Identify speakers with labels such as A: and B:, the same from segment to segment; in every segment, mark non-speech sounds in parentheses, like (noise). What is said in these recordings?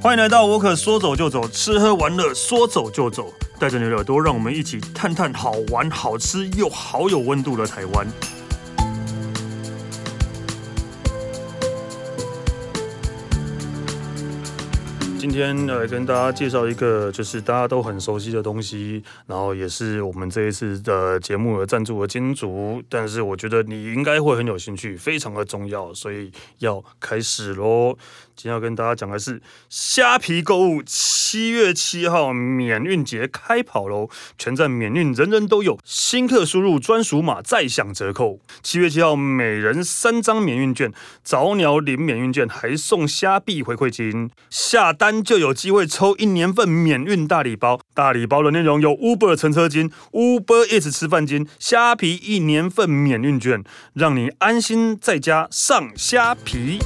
A: 欢迎来到我可说走就走，吃喝玩乐说走就走，带着你的耳朵，让我们一起探探好玩、好吃又好有温度的台湾。今天来跟大家介绍一个，就是大家都很熟悉的东西，然后也是我们这一次的节目的赞助的金主，但是我觉得你应该会很有兴趣，非常的重要，所以要开始喽。今天要跟大家讲的是虾皮购物，七月七号免运节开跑喽，全站免运，人人都有。新客输入专属码再享折扣，七月七号每人三张免运券，早鸟领免运券，还送虾币回馈金，下单就有机会抽一年份免运大礼包。大礼包的内容有 Uber 乘车金、Uber Eats 吃饭金、虾皮一年份免运券，让你安心在家上虾皮。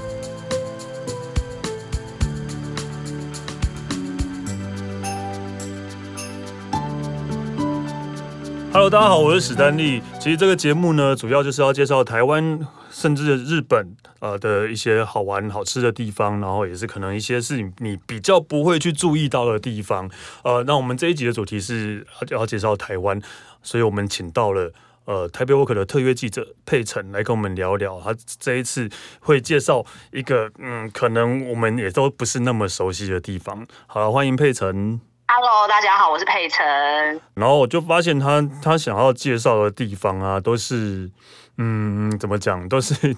A: Hello，大家好，我是史丹利。其实这个节目呢，主要就是要介绍台湾甚至日本呃的一些好玩好吃的地方，然后也是可能一些是你你比较不会去注意到的地方。呃，那我们这一集的主题是要要介绍台湾，所以我们请到了。呃，台北 work 的特约记者佩晨来跟我们聊聊，他这一次会介绍一个嗯，可能我们也都不是那么熟悉的地方。好了，欢迎佩晨。
B: Hello，大家好，我是佩晨。
A: 然后我就发现他他想要介绍的地方啊，都是嗯，怎么讲，都是 (laughs)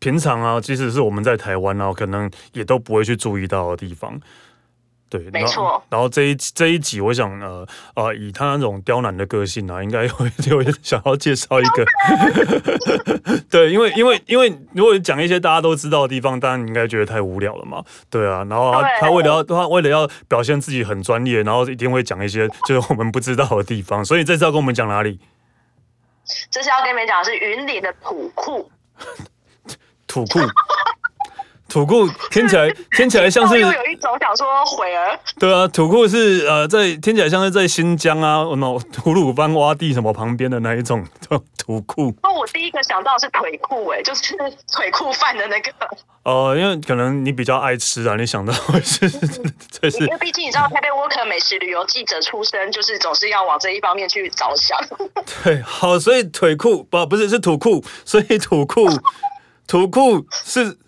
A: 平常啊，即使是我们在台湾啊，可能也都不会去注意到的地方。对，
B: 没
A: 然后
B: 错
A: 然后这一这一集，我想呃呃，以他那种刁难的个性啊，应该会就会想要介绍一个，对，因为因为因为如果讲一些大家都知道的地方，当然你应该觉得太无聊了嘛，对啊。然后他
B: 对
A: 他为了要他为了要表现自己很专业，然后一定会讲一些就是我们不知道的地方，所以这次要跟我们讲哪里？
B: 这次要跟你们讲的是云林的土库，
A: 土库， (laughs) 土库听起来听起来像是
B: 又有一种想说毁儿，
A: 对啊，土库是呃，在听起来像是在新疆啊，那吐鲁番洼地什么旁边的那一种土库。
B: 那我第一个想到的是腿裤，哎，就是腿裤犯的那个，
A: 呃，因为可能你比较爱吃啊，你想到会是 (laughs) 这
B: 因
A: 是
B: 为毕竟你知道台北 worker 美食旅游记者出身，就是总是要往这一方面去着想。 (laughs)
A: 对，好，所以腿裤不不是是土库，所以土库土库是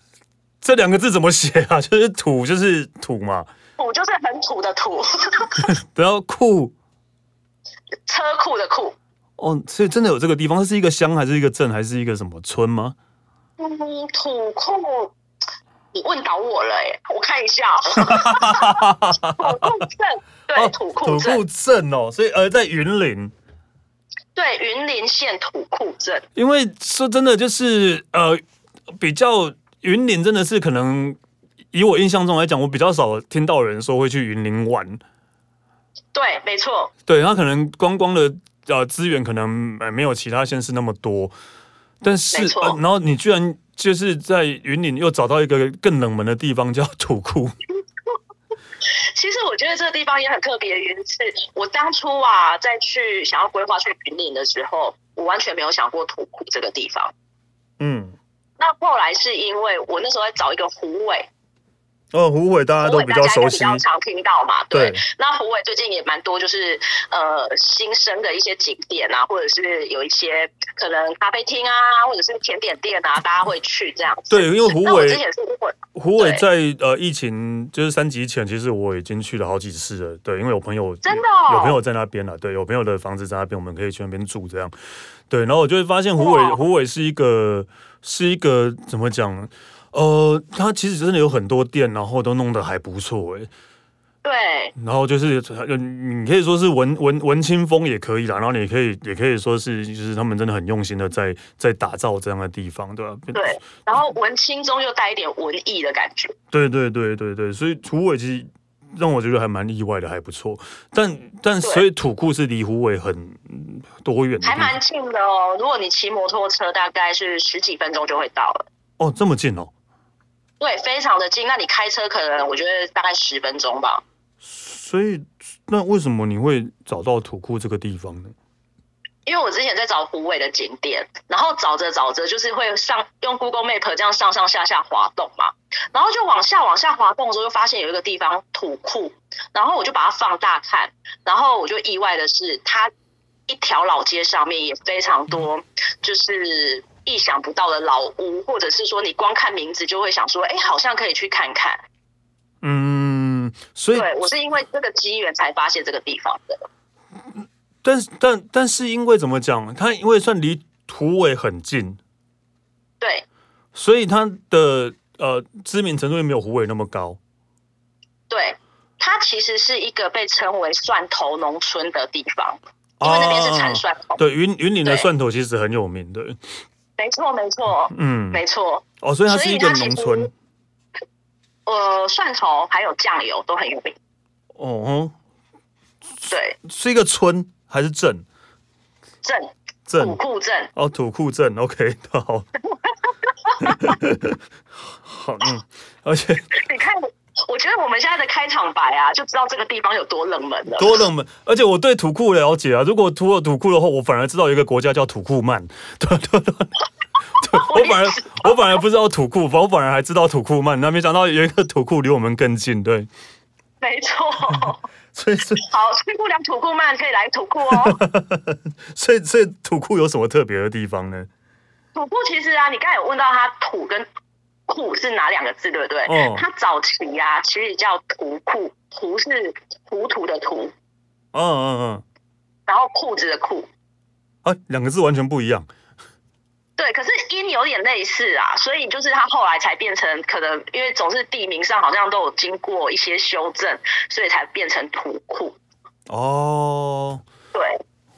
A: 这两个字怎么写啊？ (laughs) 就是土就是土嘛，
B: 土就是很土的土，
A: 然后库
B: 车库的库。
A: 哦，所以真的有这个地方，它是一个乡还是一个镇还是一个什么村吗？
B: 嗯，土库，你问倒我了，哎，我看一下、
A: (laughs)
B: 哦，土库镇，对，土库
A: 哦土库
B: 镇，
A: 镇哦，所以呃在云林。
B: 对，云林县土库镇。
A: 因为说真的，就是呃，比较云林真的是可能以我印象中来讲，我比较少听到人说会去云林玩。
B: 对，没错，
A: 对，他可能观光的呃资源可能呃没有其他县市那么多，但是
B: 没、错
A: 呃、然后你居然就是在云林又找到一个更冷门的地方叫土库，
B: 其实我觉得这个地方也很特别的原因是，我当初啊在去想要规划去云林的时候，我完全没有想过土库这个地方。
A: 嗯，
B: 那后来是因为我那时候在找一个虎尾，
A: 哦，虎尾大家
B: 虎
A: 都
B: 尾
A: 比
B: 大
A: 较
B: 家
A: 熟
B: 应该
A: 悉
B: 比，较常听到嘛，对。
A: 对
B: 那虎尾最近也蛮多，就是呃新生的一些景点啊，或者是有一些可能咖啡厅啊，或者是甜点店啊，大家会去这样子。
A: 对，因为虎
B: 那我之
A: 尾
B: 前是虎尾，
A: 虎尾在呃疫情就是三级前，其实我已经去了好几次了。对，因为有朋友
B: 真的哦
A: 有朋友在那边了，对，有朋友的房子在那边，我们可以去那边住这样。对，然后我就会发现虎尾
B: 哇
A: 虎尾是一个是一个怎么讲？呃，它其实真的有很多店，然后都弄得还不错诶、
B: 对
A: 然后就是，呃你可以说是文文文青风也可以啦，然后你也可以也可以说是，就是他们真的很用心的在在打造这样的地方，对吧、
B: 对，然后文青中又带一点文艺的感觉。
A: 对对对对对，所以土尾其实让我觉得还蛮意外的，还不错。但但
B: 嗯对
A: 所以土库是离虎尾很嗯多远的地
B: 还
A: 方？
B: 蛮近的哦。如果你骑摩托车，大概是十几分钟就会到了。
A: 哦，这么近哦。
B: 对，非常的近。那你开车可能我觉得大概十分钟吧。
A: 所以那为什么你会找到土库这个地方呢？
B: 因为我之前在找虎尾的景点，然后找着找着就是会上用 Google Map 这样上上下下滑动嘛，然后就往往下往下滑动的时候，就发现有一个地方土库，然后我就把它放大看，然后我就意外的是，它一条老街上面也非常多，就是意想不到的老屋，或者是说你光看名字就会想说，哎，好像可以去看看。
A: 嗯，所以
B: 对我是因为这个机缘才发现这个地方的。
A: 但是但但是因为怎么讲，它因为算离土尾很近，
B: 对，
A: 所以它的呃知名程度也没有虎尾那么高。
B: 对，它其实是一个被称为蒜头农村的地方，因为那边是产蒜头。
A: 啊对，云云林的
B: 对
A: 蒜头其实很有名的，
B: 没错，没错，
A: 嗯，
B: 没错。
A: 哦，所以它是
B: 所以
A: 一个
B: 它其
A: 农
B: 实
A: 村，
B: 呃，蒜头还有酱油都很有名。
A: 哦，
B: 对，
A: 是一个村还是镇？
B: 镇土
A: 镇
B: 库镇，
A: 哦，土库镇，OK，好， (laughs) 好，嗯，而且
B: 你看，我觉得我们现在的开场白啊，就知道这个地方有多冷门了。
A: 多冷门，而且我对土库了解啊。如果土有土库的话，我反而知道有一个国家叫土库曼， (laughs) 对对对。对
B: (laughs)
A: 我反而我反而不知道土库，我反而还知道土库曼。那没想到有一个土库离我们更近，对，
B: 没错，好，
A: 所以所以
B: 去不了土库曼可以来土库哦。
A: (laughs) 所以所以土库有什么特别的地方呢？
B: 土库其实啊，你刚才有问到它土跟库是哪两个字，对不对？
A: 哦
B: 它早期啊，其实叫土库，土是糊涂的涂，
A: 嗯嗯
B: 然后裤子的裤。
A: 嗯，啊，两个字完全不一样。
B: 对，可是音有点类似啊，所以就是它后来才变成可能，因为总是地名上好像都有经过一些修正，所以才变成土库。
A: 哦
B: 对，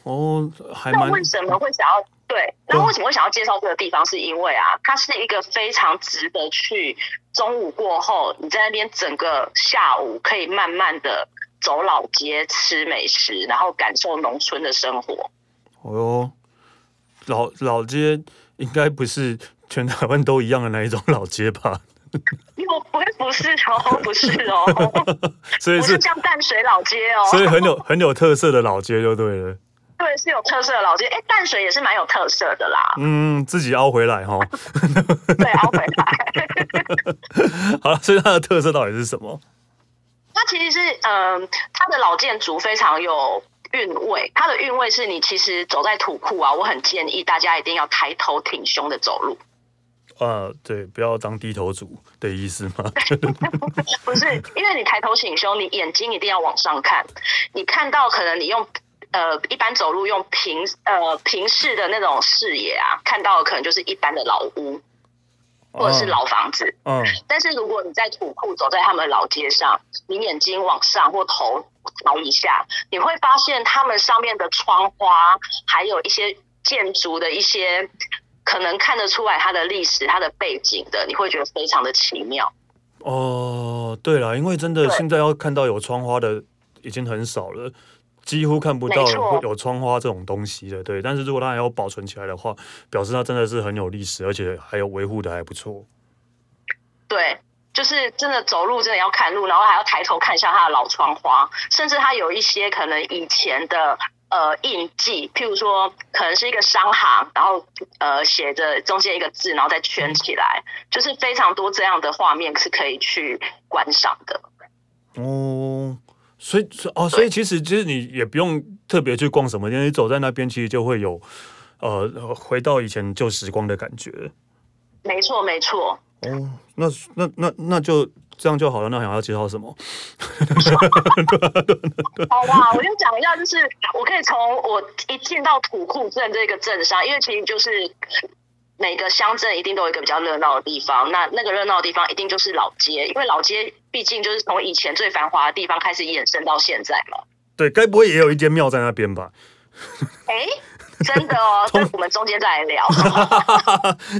A: 哦，还
B: 那
A: 蛮
B: 为什么会想要对？那
A: 对
B: 为什么会想要介绍这个地方？是因为啊，它是一个非常值得去中午过后，你在那边整个下午可以慢慢的走老街、吃美食，然后感受农村的生活。
A: 哦哟，老老街应该不是全台湾都一样的那一种老街吧？ (laughs)
B: 我不会不是 (laughs) 哦，不是哦，
A: 所以
B: 不
A: 是
B: 是像淡水老街哦，
A: 所以很有很有特色的老街就对了。，
B: 对，是有特色的老街。哎，淡水也是蛮有特色的啦
A: 嗯，自己凹回来
B: (laughs)
A: 哈。
B: 对，凹回来。
A: 好了，所以它的特色到底是什么？
B: 它其实是，嗯、它的老建筑非常有韵味。它的韵味是你其实走在土库啊，我很建议大家一定要抬头挺胸的走路， (laughs)
A: 呃，对，不要当低头族的意思吗？
B: (laughs) 不是因为你抬头挺胸，你眼睛一定要往上看，你看到可能你用。呃，一般走路用平呃平视的那种视野啊，看到的可能就是一般的老屋或
A: 哦
B: 者是老房子。
A: 嗯，
B: 但是如果你在土库走在他们的老街上，你眼睛往上或头抬一下，你会发现他们上面的窗花，还有一些建筑的一些，可能看得出来它的历史、它的背景的，你会觉得非常的奇妙。
A: 哦，对了，因为真的
B: 对
A: 现在要看到有窗花的已经很少了。几乎看不到
B: 没
A: 有
B: 错
A: 会有窗花这种东西了，对。但是如果它还要保存起来的话，表示它真的是很有历史，而且还有维护的还不错。
B: 对，就是真的走路真的要看路，然后还要抬头看一下它的老窗花，甚至它有一些可能以前的呃印记，譬如说可能是一个商行，然后呃写着中间一个字，然后再圈起来，就是非常多这样的画面是可以去观赏的。
A: 哦，所以所以哦，所以其实其实你也不用特别去逛什么，因为你走在那边，其实就会有呃回到以前旧时光的感觉。
B: 没错，没错。
A: 哦，那那那那就这样就好了。那想要介绍什么？
B: (laughs) 好吧，我就讲一下，就是我可以从我一进到土库镇这个镇上，因为其实就是每个乡镇一定都有一个比较热闹的地方，那那个热闹的地方一定就是老街，因为老街毕竟就是从以前最繁华的地方开始衍生到现在嘛。
A: 对，该不会也有一间庙在那边吧？
B: 哎，真
A: (laughs)
B: 的哦，但我们中间再来聊。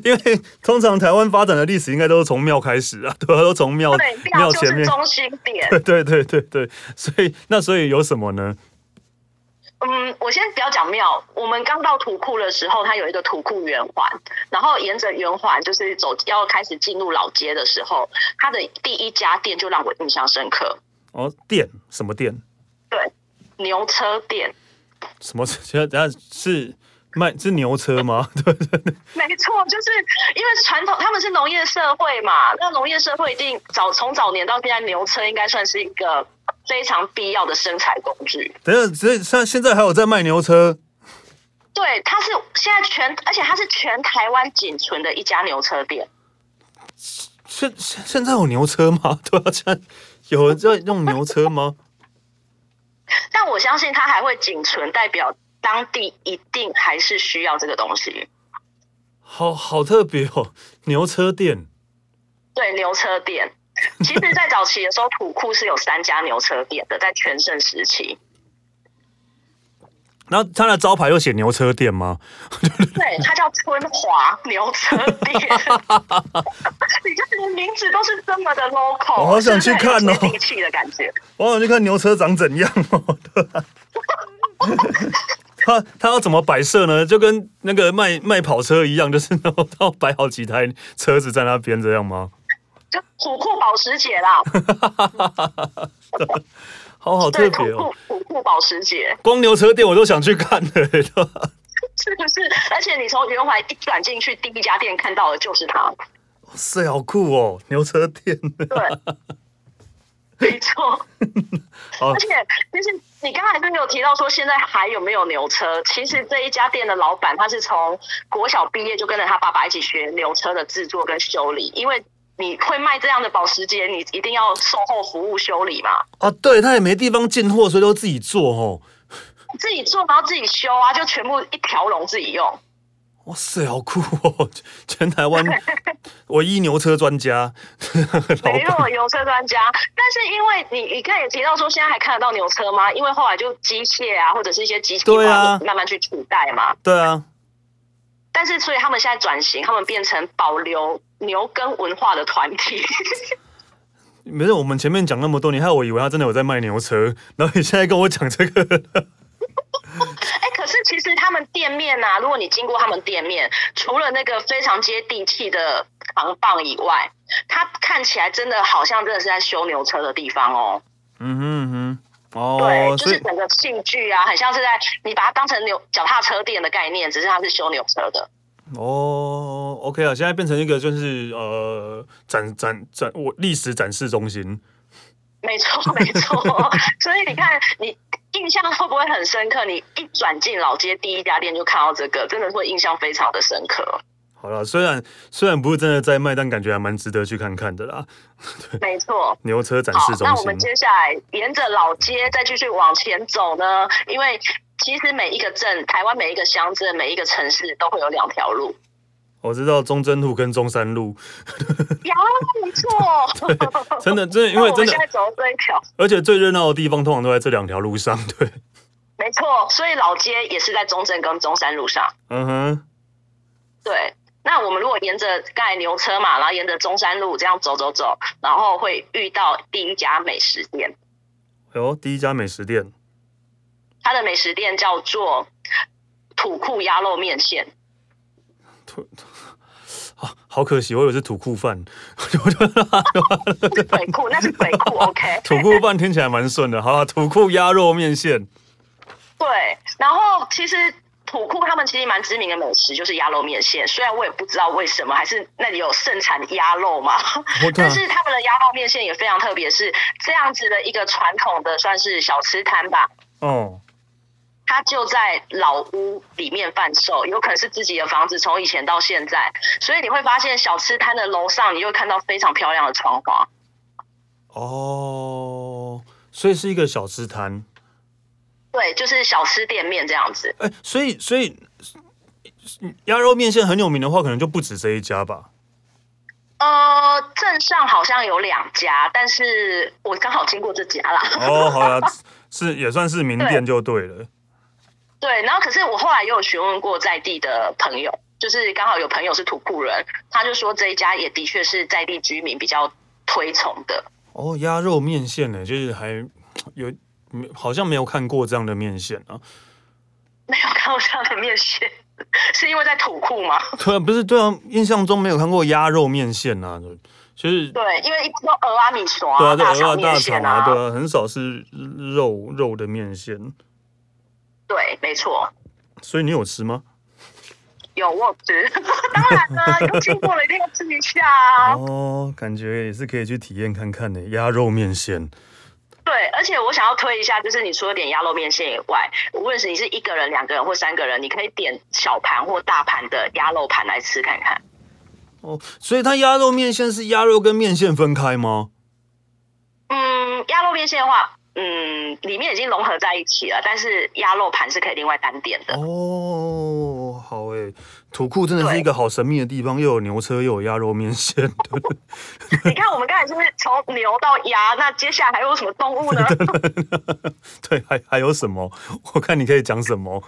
A: 因为通常台湾发展的历史应该都是从庙开始啊，对吧？都从庙
B: 对，庙
A: 庙
B: 就
A: 前
B: 是
A: 面。
B: 中心点。
A: 对对对对对，所以那所以有什么呢？
B: 嗯，我先不要讲庙。我们刚到土库的时候，它有一个土库圆环，然后沿着圆环就是走，要开始进入老街的时候，它的第一家店就让我印象深刻，
A: 哦，店什么店？
B: 对，牛车店。
A: 什么？其实等下是卖是牛车吗？对对对，
B: 没错，就是因为传统他们是农业社会嘛，那农业社会一定早从早年到现在，牛车应该算是一个非常必要的生产工具。
A: 等一下，所以像现在还有在卖牛车，
B: 对，它是现在全，而且它是全台湾仅存的一家牛车店。
A: 现现现在有牛车吗？对啊，现在有人在用牛车吗？
B: 但我相信它还会仅存，代表当地一定还是需要这个东西。
A: 好好特别哦，牛车店。
B: 对，牛车店。其实，在早期的时候，土库是有三家牛车店的，在全盛时期。
A: 然后它的招牌又写牛车店吗？
B: 对，它叫春华牛车店。你看，连名字都是这么的 local，
A: 我好想去看哦
B: 是不是很接地气的感觉。
A: 我想去看牛车长怎样哦。对啊他他要怎么摆设呢？就跟那个卖卖跑车一样，就是然后他要摆好几台车子在那边这样
B: (laughs)
A: 吗？
B: 就土库保时捷
A: (laughs)
B: 啦，
A: 好好特
B: 对，
A: 别
B: 土
A: 哦
B: 库，土库保时捷
A: 光牛车店我都想去看 (laughs) 的、对吧
B: 是不是？而且你从圆环一转进去，第一家店看到的就是它。
A: 哇塞，好酷哦，牛车店。 (laughs)
B: 对，没错。
A: 好
B: 而，且，就是你刚才没有提到说现在还有没有牛车？其实这一家店的老板他是从国小毕业就跟着他爸爸一起学牛车的制作跟修理，因为你会卖这样的保时捷，你一定要售后服务修理嘛，
A: 啊，对，他也没地方进货，所以都自己做哦。
B: 自己做然后自己修啊，就全部一条龙自己用。
A: 哇塞，好酷哦！全台
B: (laughs)
A: 湾唯一牛车专家， (laughs) 老
B: 没
A: 板
B: 有牛车专家，但是因为你你刚才也提到说现在还看得到牛车吗？因为后来就机械啊，或者是一些机器
A: 对啊
B: 化慢慢去取代嘛。
A: 对啊，
B: 但是，所以他们现在转型，他们变成保留牛耕文化的团体。 (laughs)
A: 没事，我们前面讲那么多，你害我以为他真的有在卖牛车，然后你现在跟我讲这个，
B: 哎、可是其实他们店面啊，如果你经过他们店面，除了那个非常接地气的扛棒以外，它看起来真的好像真的是在修牛车的地方哦。
A: 嗯哼嗯哼，
B: 对，
A: 哦，
B: 就
A: 所
B: 是
A: 以
B: 整个兴趣啊，很像是在你把它当成牛脚踏车店的概念，只是它是修牛车的。
A: 哦，OK 啊，现在变成一个就是呃展展展我历史展示中心，
B: 没错，没错。所以你看，你印象会不会很深刻？你一转进老街第一家店就看到这个，真的会印象非常的深
A: (laughs)
B: 刻。
A: 好了，虽然虽然不是真的在卖，但感觉还蛮值得去看看的啦。
B: 没错。
A: 牛车展
B: 好
A: 示，中
B: 那我
A: 心
B: 们，接下来沿着老街再继续往前走呢，因为其实每一个镇，台湾每一个乡镇、每一个城市都会有两条路。
A: 我知道中正路跟中山路，
B: 呀，没
A: (laughs)
B: 错。 (laughs)
A: 真的真的，因
B: 哦那
A: 为
B: 我
A: 真
B: 们
A: 的
B: 现，在走这一条，
A: 而且最热闹的地方通常都在这两条路上，对，
B: 没错，所以老街也是在中正跟中山路上。
A: 嗯哼，
B: 对，那我们如果沿着刚才牛车嘛，然后沿着中山路这样走走走，然后会遇到第一家美食店，
A: 哎呦，第一家美食店，
B: 它的美食店叫做土库鸭肉面线。
A: 土土啊，好可惜，我以为是土库饭，
B: 鬼库，那是鬼库，OK。
A: (laughs) 土库饭听起来蛮顺的，好啦，土库鸭肉面线，
B: 对，然后其实土库他们其实蛮知名的美食就是鸭肉面线，虽然我也不知道为什么，还是那里有盛产鸭肉嘛。
A: 我对
B: (laughs) 但
A: 啊
B: 是他们的鸭肉面线也非常特别，是这样子的一个传统的算是小吃摊吧。
A: 哦，
B: 它就在老屋里面贩售，有可能是自己的房子，从以前到现在，所以你会发现小吃摊的楼上，你会看到非常漂亮的窗花。
A: 哦，所以是一个小吃摊，
B: 对，就是小吃店面这样子。
A: 哎、所以所以鸭肉面线很有名的话，可能就不止这一家
B: (laughs)
A: 吧。
B: 呃，镇上好像有两家，但是我刚好经过这家啦。
A: 哦，好啦，是也算是名店就对了。
B: (laughs) 对，然后可是我后来也有询问过在地的朋友，就是刚好有朋友是土库人，他就说这一家也的确是在地居民比较推崇的。
A: 哦，鸭肉面线呢，就是还有没好像没有看过这样的面线啊？
B: 没有看过这样的面线， (laughs) 是因为在土库吗？
A: 对啊，不是对啊，印象中没有看过鸭肉面线啊，就是
B: 对，因为一般都鹅啊、米索
A: 对啊，
B: 啊、
A: 对
B: 大
A: 鹅啊、
B: 肠
A: 大
B: 面
A: 肠
B: 线
A: 啊，对啊，很少是肉肉的面线，
B: 对，没错。
A: 所以你有吃吗？
B: 有我有吃， (laughs) 当然啊啦，有经过了一定要吃一下啊。
A: 哦，感觉也是可以去体验看看的鸭肉面线。
B: 对，而且我想要推一下，就是你除了点鸭肉面线以外，无论是你是一个人、两个人或三个人，你可以点小盘或大盘的鸭肉盘来吃看看。
A: 哦，所以它鸭肉面线是鸭肉跟面线分开吗？
B: 嗯，鸭肉面线的话，嗯，里面已经融合在一起了，但是鸭肉盘是可以另外单点的。
A: 哦，好诶，土库真的是一个好神秘的地方，又有牛车，又有鸭肉面线。 (laughs)
B: 你看，我们刚才就是从牛到鸭，那接下来还有什么动物呢？
A: 对，还还有什么？我看你可以讲什么？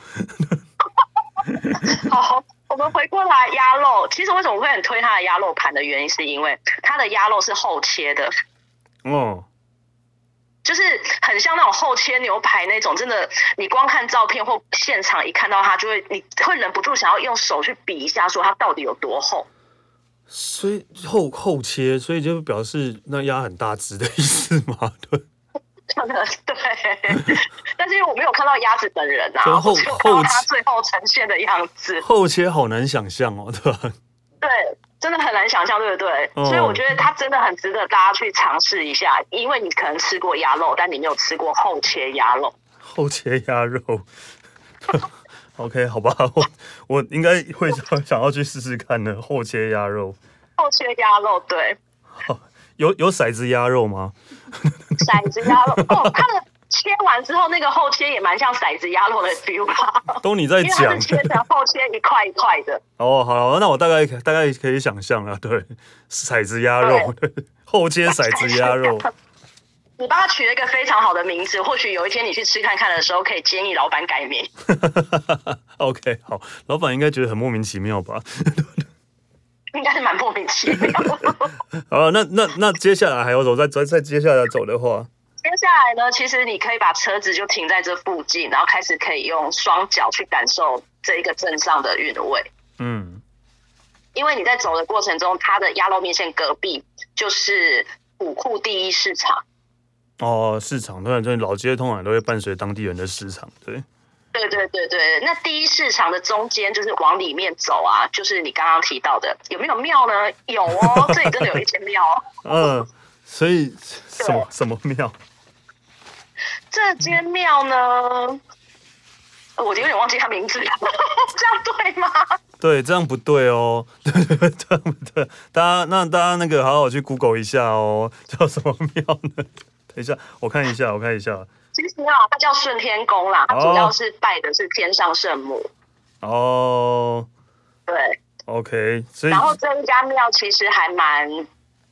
B: 好，我们回过来鸭肉，其实为什么会很推它的鸭肉盘的原因，是因为它的鸭肉是厚切的，
A: 哦，
B: 就是很像那种厚切牛排那种，真的，你光看照片或现场一看到它，就会你会忍不住想要用手去比一下，说它到底有多厚。 (laughs)
A: 所以后后切，所以就表示那鸭很大只的意思嘛？对，
B: 可能对，但是因为我没有看到鸭子本人呐、
A: 就
B: 啊，
A: 厚
B: 我只有看到
A: 厚
B: 它
A: 切
B: 最后呈现的样子。
A: 后切好难想象哦，对吧？
B: 对，真的很难想象，对不对？
A: 嗯
B: 所以我觉得它真的很值得大家去尝试一下，因为你可能吃过鸭肉，但你没有吃过厚切鸭肉。
A: 后切鸭肉。OK，好吧，我我应该会想想要去试试看的后切鸭肉。
B: 厚切鸭肉，对，
A: 有有骰子鸭肉吗？
B: 骰子鸭肉，哦，它的切完之后那个厚切也蛮像骰子鸭肉的 feel
A: (laughs)
B: 吧，
A: 都你在
B: 因为它
A: 讲
B: 是切成厚切一块一块的。
A: 哦，好那我大概大概可以想象了，对，骰子鸭肉， (laughs) 对，后街骰子鸭肉， (laughs)
B: 你帮它取了一个非常好的名字，或许有一天你去吃看看的时候，可以建议老板改名。
A: ，OK，好，老板应该觉得很莫名其妙吧？
B: 应该是蛮莫名其妙。
A: 好了，那那那接下来还要走，再再再接下来走的话，
B: 接下来呢，其实你可以把车子就停在这附近，然后开始可以用双脚去感受这一个镇上的韵味。
A: 嗯，
B: 因为你在走的过程中，它的鸭肉面线隔壁就是虎库第一市场。
A: 哦，市场对对，老街通常都会伴随当地人的市场，对，
B: 对对对对，那第一市场的中间就是往里面走啊，就是你刚刚提到的，有没有庙呢？有哦，这里真的有一间庙哦。
A: 嗯、所
B: (laughs)
A: 以什么什么庙？
B: 这间庙呢，我有点忘记它名字了， (laughs) 这样对吗？
A: 对，这样不对哦， (laughs) 对对对，这样不对，大家那大家那个好好去 Google 一下哦，叫什么庙呢？ (laughs) 等一下，我看一下，我看一下。
B: 其实啊，它叫顺天宫啦，它
A: 哦
B: 主要是拜的是天上圣母。
A: 哦
B: 对，
A: ，OK，所以
B: 然后这一家庙其实还蛮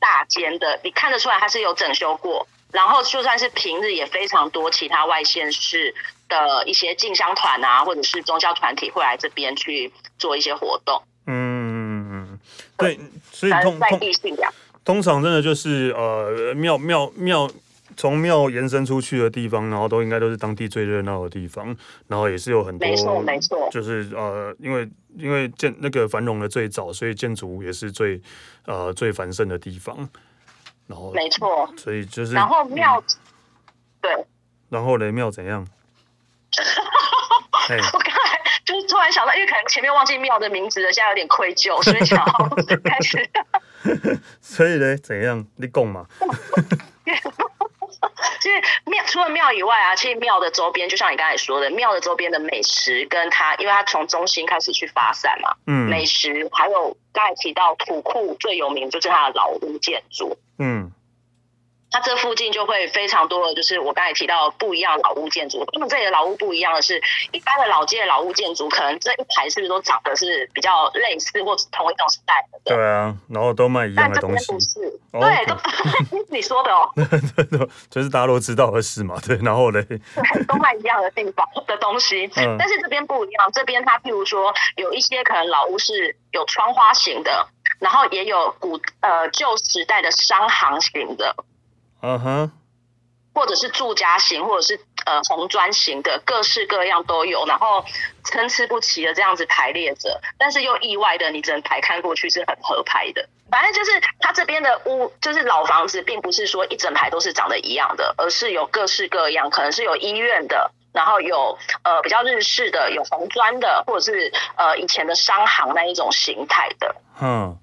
B: 大间的，你看得出来它是有整修过。然后就算是平日也非常多其他外县市的一些进香团啊，或者是宗教团体会来这边去做一些活动，
A: 嗯，对，所以
B: 反
A: 通
B: 正在
A: 通
B: 地信仰。
A: 通常真的就是呃庙庙庙从庙延伸出去的地方，然后都应该都是当地最热闹的地方，然后也是有很多
B: 没错没错
A: 就是呃因为因为建那个繁荣的最早，所以建筑也是最呃最繁盛的地方，然后
B: 没错。
A: 所以就是
B: 然后庙，对。 (laughs)
A: 然后雷庙怎样？哎，
B: 我刚才就是突然想到，因为可能前面忘记庙的名字了，现在有点愧疚，所以想要 (laughs) 开始。
A: 所以嘞怎样？你讲嘛？
B: 其实庙除了庙以外啊，其实庙的周边，就像你刚才说的，庙的周边的美食跟它，因为它从中心开始去发散嘛，
A: 嗯
B: 美食还有刚才提到土库最有名就是它的老屋建筑，
A: 嗯。
B: 它这附近就会非常多的，就是我刚才提到不一样的老屋建筑。那么这里的老屋不一样的是，一般的老街的老屋建筑，可能这一排是不是都长得是比较类似或是同一种时代的？
A: 对啊，然后都卖一样
B: 但
A: 的
B: 这
A: 东
B: 边
A: 西
B: 不，是，
A: 哦
B: 对，都 (laughs) 你说的哦，
A: 就是大家都知道的事嘛。对，然后嘞，
B: (laughs) 对都卖一样的地方的东西，
A: 嗯
B: 但是这边不一样，这边它譬如说有一些可能老屋是有窗花型的，然后也有古呃旧时代的商行型的，
A: 嗯哼，
B: 或者是住家型，或者是呃红砖型的，各式各样都有，然后参差不齐的这样子排列着，但是又意外的，你整排看过去是很合拍的。反正就是它这边的屋，就是老房子，并不是说一整排都是长得一样的，而是有各式各样，可能是有医院的，然后有呃比较日式的，有红砖的，或者是呃以前的商行那一种形态的。
A: 嗯，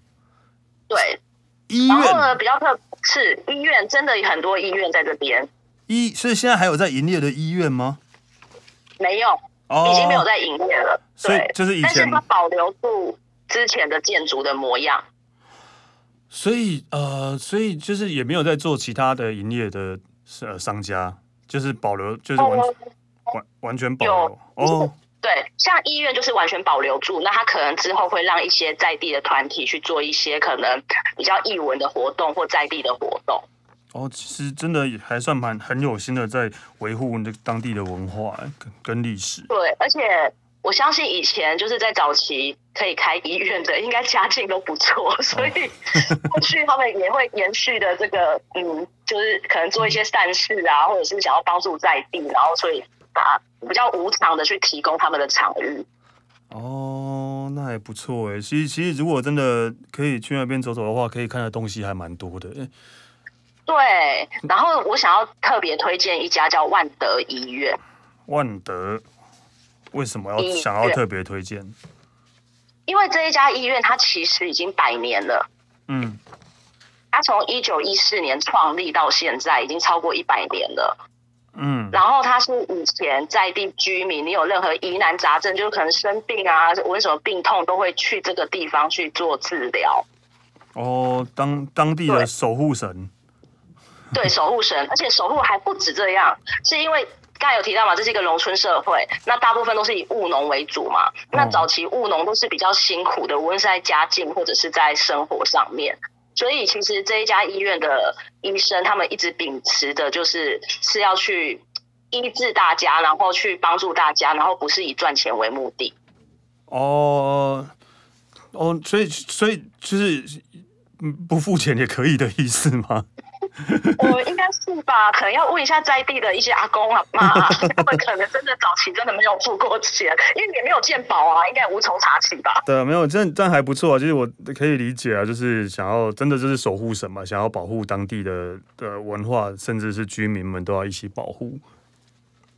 B: 对，
C: 医
B: 然后
C: 院
B: 呢比较特是医院，真的有很多医院在这边
C: 医，所以现在还有在营业的医院吗？
B: 没有，
C: 哦，
B: 已经没有在营业了。
A: 所以
B: 对，
A: 就是以
B: 但是
A: 前
B: 它保留住之前的建筑的模样。
A: 所以呃，所以就是也没有在做其他的营业的呃商家，就是保留，就是完
B: 哦
A: 完完全保留哦，
B: 对，像医院就是完全保留住，那他可能之后会让一些在地的团体去做一些可能比较艺文的活动或在地的活动。
A: 哦，其实真的也还算蛮很有心的，在维护那个当地的文化跟跟历史。
B: 对，而且我相信以前就是在早期可以开医院的，应该家境都不错，所以过去他们也会延续的这个，嗯，就是可能做一些善事啊，或者是想要帮助在地，然后所以把比较无偿的去提供他们的场域。
A: 哦，那还不错哎。其实，其实如果真的可以去那边走走的话，可以看的东西还蛮多的。诶
B: 对，然后我想要特别推荐一家叫万德医院。
A: 万德为什么要
B: 嗯
A: 想要
B: 对
A: 特别推荐？
B: 因为这一家医院它其实已经百年了，
A: 嗯，
B: 它从一九一四年创立到现在已经超过一百年了。
A: 嗯，
B: 然后它是以前在地居民，你有任何疑难杂症，就是可能生病啊，为什么病痛，都会去这个地方去做治疗。
A: 哦，当当地的
B: 对
A: 守护神，
B: 对，守护神，而且守护还不止这样，是因为刚才有提到嘛，这是一个农村社会，那大部分都是以务农为主嘛。那早期务农都是比较辛苦的，无论是在家境或者是在生活上面。所以其实这一家医院的医生，他们一直秉持的就是是要去医治大家，然后去帮助大家，然后不是以赚钱为目的。
A: 哦哦，所以所以就是嗯不付钱也可以的意思吗？
B: 我应该是吧，可能要问一下在地的一些阿公阿妈，他们可能真的早期真的没有付过钱，因为也没有健保啊，应该无从查起吧。
A: (laughs) 对啊，没有，这样这样还不错啊。其实我可以理解啊，就是想要真的就是守护神嘛，想要保护当地的的文化，甚至是居民们都要一起保护。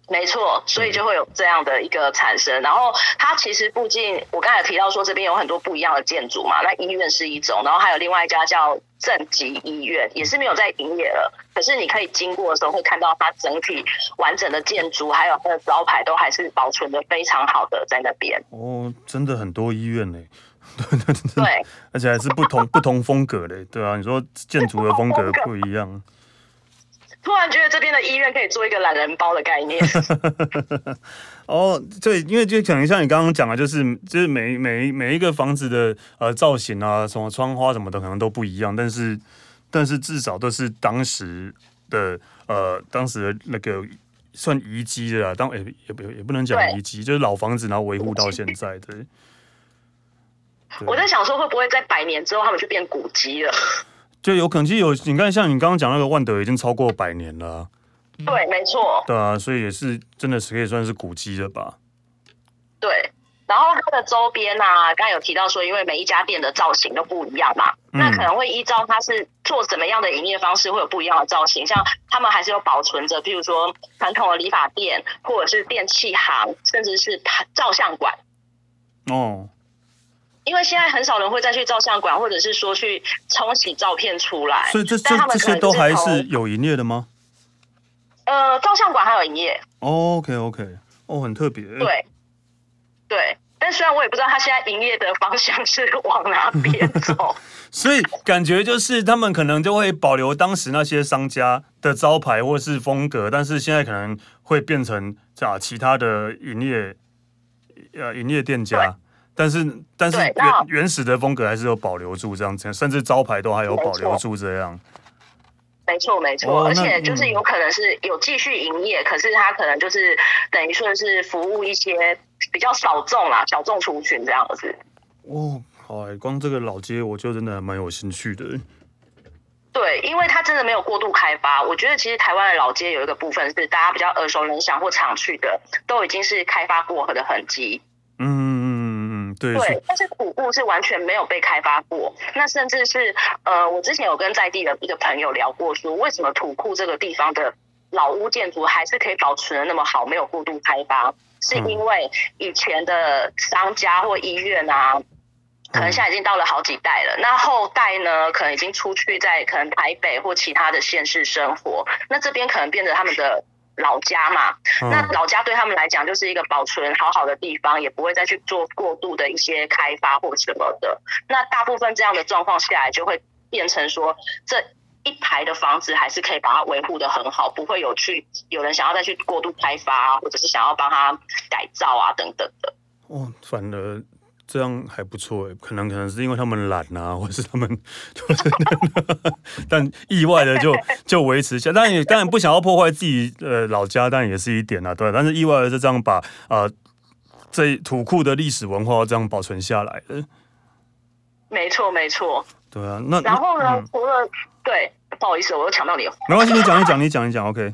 B: 没错，所以就会有这样的一个产生。然后它其实附近，我刚才有提到说这边有很多不一样的建筑嘛，那医院是一种，然后还有另外一家叫正极医院，也是没有在营业了。可是你可以经过的时候会看到它整体完整的建筑，还有它的招牌都还是保存的非常好的在那边。
A: 哦，真的很多医院嘞，对对对，
B: 对。
A: (laughs) 而且还是不同不同风格嘞，对啊，你说建筑的风格不一样，
B: 突然觉得这边的医院可以做一个懒人包的
A: (laughs)
B: 概念。
A: 哦，对，因为就讲一下你刚刚讲的，就是就是每每每一个房子的呃造型啊，什么窗花什么的，可能都不一样，但是但是至少都是当时的呃当时的那个算遗迹的啦，当也也不也不能讲
B: 对
A: 遗迹，就是老房子然后维护到现在的。对
B: 我在想说，会不会在百年之后他们就变古迹了？
A: 就有可能，其实有你看，像你刚刚讲那个万德已经超过百年了啊、
B: 对，没错，
A: 对啊，所以也是真的是可以算是古迹了吧？
B: 对。然后它的周边啊，刚才有提到说，因为每一家店的造型都不一样嘛，
A: 嗯
B: 那可能会依照它是做什么样的营业方式，会有不一样的造型。像他们还是有保存着，譬如说传统的理发店，或者是电器行，甚至是照相馆。
A: 哦，
B: 因为现在很少人会再去照相馆，或者是说去冲洗照片出来，
A: 所以这这
B: 但他们
A: 这
B: 可能
A: 些都
B: 是
A: 还
B: 从
A: 是有营业的吗、
B: 呃，照相馆还有营业，
A: o k OK，哦，很特别。
B: 对，对。但虽然我也不知道他现在营业的方向是往哪边
A: (laughs)
B: 走，
A: 所以感觉就是他们可能就会保留当时那些商家的招牌或是风格，但是现在可能会变成啊其他的营业呃营业店家。但是但是
B: 对
A: 原
B: 那
A: 原始的风格还是有保留住这样子，甚至招牌都还有保留住这样。
B: 没错没错，
A: 哦
B: 而
A: 那
B: 且就是有可能是有继续营业，可是他可能就是等于说是服务一些比较小众啦、小众族群这样子。
A: 哦，好、欸，光这个老街我就真的还蛮有兴趣的。
B: 对，因为它真的没有过度开发。我觉得其实台湾的老街有一个部分是大家比较耳熟能详或常去的，都已经是开发过河的痕迹。
A: 嗯嗯嗯嗯，对，
B: 对，但是古物是完全没有被开发过。那甚至是呃，我之前有跟在地的一个朋友聊过，说为什么土库这个地方的老屋建筑还是可以保存的那么好，没有过度开发，是因为以前的商家或医院啊，可能现在已经到了好几代了。那后代呢，可能已经出去在可能台北或其他的县市生活，那这边可能变成他们的老家嘛。
A: 嗯
B: 那老家对他们来讲就是一个保存好好的地方，也不会再去做过度的一些开发或什么的。那大部分这样的状况下来，就会变成说这。一排的房子还是可以把它维护的很好，不会有去有人想要再去过度开发啊，或者是想要帮它改造啊等等的。
A: 哦，反而这样还不错诶，可能可能是因为他们懒啊，或者是他们 (laughs) 就是但意外的
B: (laughs)
A: 就就维持下，但也当然不想要破坏自己呃老家，但也是一点啊，对，但是意外的是这样把啊、呃、这土库的历史文化这样保存下来的，
B: 没错，没错。
A: 对啊，那
B: 然后呢
A: 嗯，
B: 除了对，不好意思，我又抢到你的话
A: 没关系，你讲一讲，你讲一讲，OK，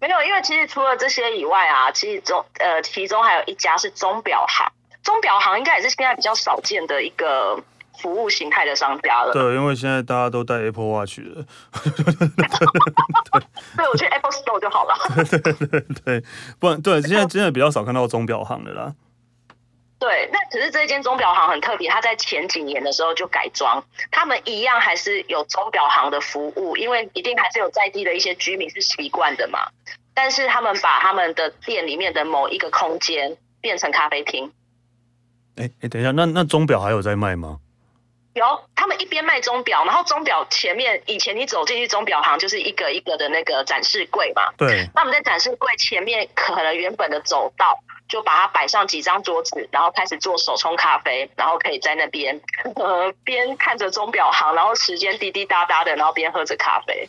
B: 没有，因为其实除了这些以外啊，其实中呃，其中还有一家是钟表行，钟表行应该也是现在比较少见的一个服务形态的商家了。
A: 对，因为现在大家都戴 Apple Watch 了。 (laughs)
B: 对，我去 Apple Store 就好了。 (laughs)
A: 对，不然对，现在真的比较少看到钟表行的啦。
B: 对，那可是这间钟表行很特别，它在前几年的时候就改装，他们一样还是有钟表行的服务，因为一定还是有在地的一些居民是习惯的嘛。但是他们把他们的店里面的某一个空间变成咖啡厅，
A: 哎、哎、等一下，那那钟表还有在卖吗？
B: 有他们一边卖钟表，然后钟表前面以前你走进去钟表行就是一个一个的那个展示柜嘛，
A: 对，
B: 那我们在展示柜前面，可能原本的走道就把它摆上几张桌子，然后开始做手冲咖啡，然后可以在那边呃边看着钟表行，然后时间滴滴答答的，然后边喝着咖啡。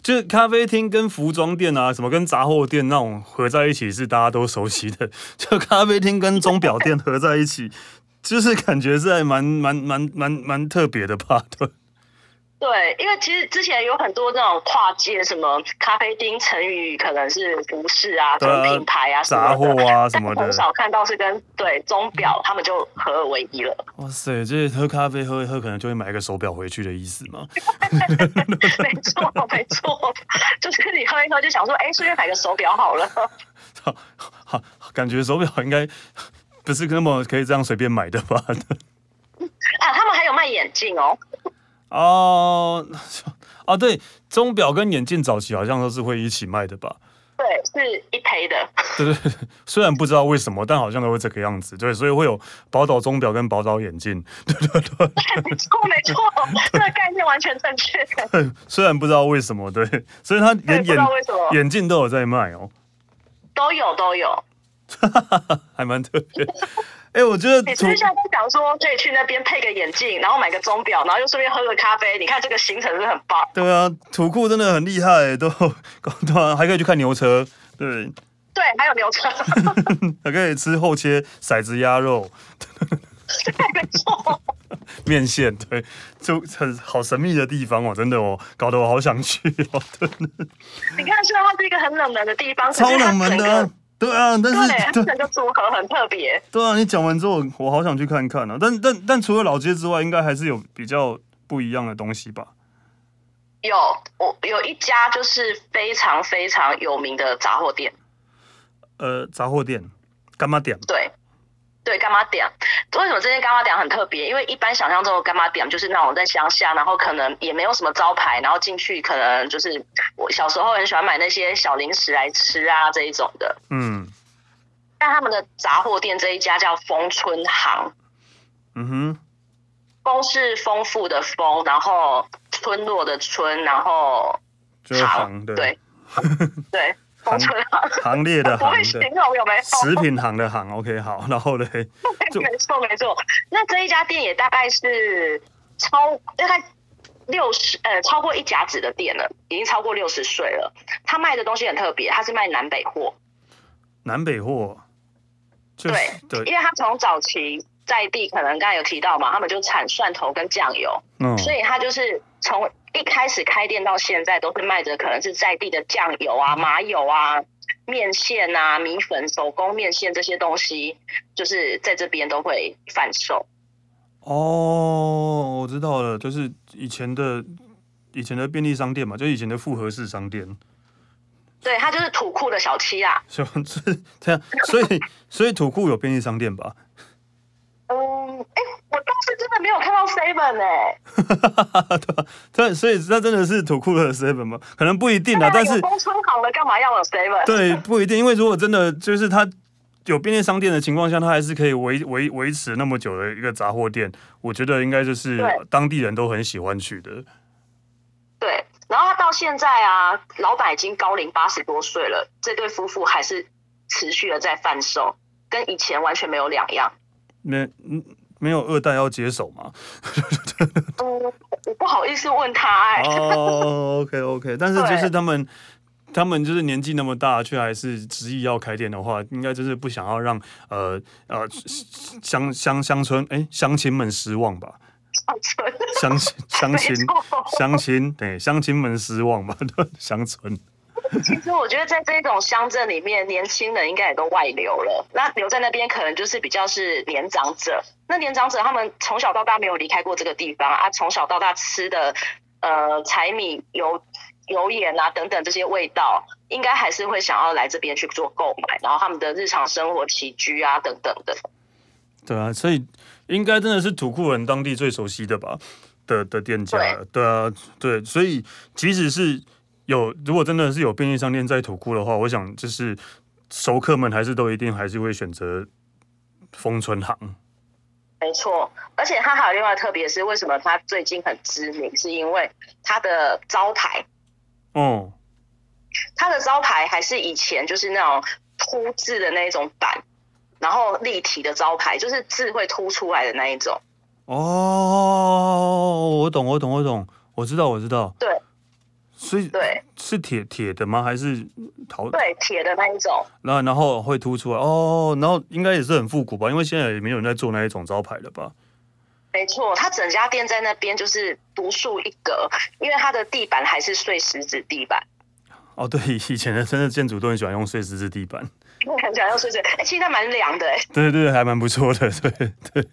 A: 就是咖啡厅跟服装店啊，什么跟杂货店那种合在一起是大家都熟悉的， (laughs) 就咖啡厅跟钟表店合在一起， (laughs) 就是感觉是还蛮蛮蛮蛮蛮特别的吧？对，
B: 对，因为其实之前有很多那种跨界什么咖啡厅成语，可能是服饰啊、什
A: 对啊
B: 么品牌啊、什
A: 杂
B: 么的
A: 货啊什么的
B: 但很。少看到是跟对钟表，他们就合二为
A: (laughs)
B: 一了。
A: (laughs) 哇塞，这喝咖啡喝一喝，可能就会买一个手表回去的意思嘛？ (laughs)
B: 没错，没错，就是你喝一喝就想说，哎，顺便买个手表好了。啊
A: 好，好，感觉手表应该不是那么可以这样随便买的吧？ (laughs)
B: 啊，他们还有卖眼镜哦。
A: 哦， (laughs) 啊，对，钟表跟眼镜早期好像都是会一起卖的吧？
B: 对，是一胚的。 (laughs)
A: 对对，对虽然不知道为什么，但好像都会这个样子。对，所以会有宝岛钟表跟宝岛眼镜。
B: 没错，没错，这个概念完全正确。
A: (laughs) 虽然不知道为什么，对，所以他
B: 对
A: 连
B: 不知
A: 眼
B: 道为什么
A: 眼镜都有在卖哦，
B: 都有都有。
A: 还蛮特别。 (laughs) 哎、我觉得
B: 你
A: 土
B: 之前在讲说可以去那边配个眼镜，然后买个钟表，然后又顺便喝个咖啡。你看这个行程是很棒。
A: 对啊，土库真的很厉害，都 (laughs) 对啊，还可以去看牛车，对，
B: 对，还有牛车，
A: 还可以吃后切骰子鸭肉。
B: (laughs) 对，没错。
A: 面线，对，就很好神秘的地方哦，真的哦，搞得我好想去哦，真的
B: 你看，虽然它是一个很冷门的地方，可
C: 超
B: 是它
C: 冷门
B: 整
C: 的啊
B: 个。
C: 对啊，但
B: 对，它
C: 是对
B: 整个组合很特别。
A: 对啊，你讲完之后，我好想去看看啊。但但但除了老街之外，应该还是有比较不一样的东西吧？
B: 有我有一家就是非常非常有名的杂货店，
A: 呃，杂货店、干妈店，
B: 对，对，干妈点。为什么这间干妈点很特别？因为一般想象中的干妈点就是那种在乡下，然后可能也没有什么招牌，然后进去可能就是我小时候很喜欢买那些小零食来吃啊这一种的。
A: 嗯
B: 但他们的杂货店这一家叫丰春行，
A: 嗯哼，
B: 丰是丰富的丰，然后村落的村，然后
A: 就是
B: 行
A: 行， (laughs)
B: 对对，丰春行，
A: 行列的
B: 不 (laughs)
A: 行
B: 会形
A: 对，
B: 容有没有？
A: 食品行的行，OK，好， (laughs) 然后嘞，
B: (laughs)
A: 就
B: 没错没错，那这一家店也大概是超大概六十呃超过一甲子的店了，已经超过六十岁了。他卖的东西很特别，他是卖南北货，
A: 南北货，就是
B: 对，因
A: 对，
B: 为他从早期在地可能刚才有提到嘛，他们就产蒜头跟酱油，
A: 嗯，
B: 所以他就是从一开始开店到现在都是卖的可能是在地的酱油
A: 嗯
B: 啊、麻油啊。面线啊、米粉、手工面线这些东西，就是在这边都会贩售。
A: 哦，我知道了，就是以前的以前的便利商店嘛，就以前的复合式商店， (laughs)
B: 对，它就是土库的小七啊啦。
A: 所以这样，所以所以土库有便利商店吧？
B: 嗯，哎、我倒是真的没有看到 seven
A: (laughs)
B: 哎、
A: 对啊，但所以那真的是土库的 seven 吗？可能不一定啊，但是
B: 工村行的干嘛要有 seven？
A: 对不一定，因为如果真的就是它有便利商店的情况下，它还是可以维维维持那么久的一个杂货店，我觉得应该就是
B: 对
A: 当地人都很喜欢去的。
B: 对，然后他到现在啊，老板已经高龄八十多岁了，这对夫妇还是持续的在贩售，跟以前完全没有两样。
A: 没嗯没有二代要接手嘛？
B: 嗯，我不好意思问他、哎、
A: 哦，OK OK，但是就是
B: 对
A: 他们。他们就是年纪那么大，却还是执意要开店的话，应该就是不想要让呃呃乡乡乡村哎、乡亲们失望吧？
B: 乡村，
A: 乡亲乡亲
B: 没错
A: 乡亲对乡亲们失望吧？ (laughs) 乡村
B: (laughs) 其实我觉得在这种乡镇里面，年轻人应该也都外流了。那留在那边可能就是比较是年长者。那年长者他们从小到大没有离开过这个地方啊，从小到大吃的呃柴米油油盐啊等等这些味道，应该还是会想要来这边去做购买，然后他们的日常生活起居啊等等的。
A: 对啊，所以应该真的是土库人当地最熟悉的吧的的店家了，对啊，对，所以即使是有如果真的是有便利商店在土库的话，我想就是熟客们还是都一定还是会选择丰村行，
B: 没错，而且它还有另外特别是为什么它最近很知名，是因为它的招牌
A: 哦，
B: 它的招牌还是以前就是那种凸字的那一种板，然后立体的招牌，就是字会凸出来的那一种。
A: 哦，我懂，我懂，我懂，我知道，我知道，
B: 对
A: 所以
B: 对
A: 是铁铁的吗？还是陶？
B: 对，铁的那一种。
A: 那然后会凸出来哦，然后应该也是很复古吧，因为现在也没有人在做那一种招牌了吧？
B: 没错，它整家店在那边就是独树一格，因为它的地板还是碎石子地板， (laughs)
A: 哦，对，以前的真的建筑都很喜欢用碎石子地板， (laughs)
B: 看起来又碎石，哎、其实它蛮凉的、哎，
A: 对对，还蛮不错的， (laughs) 对对。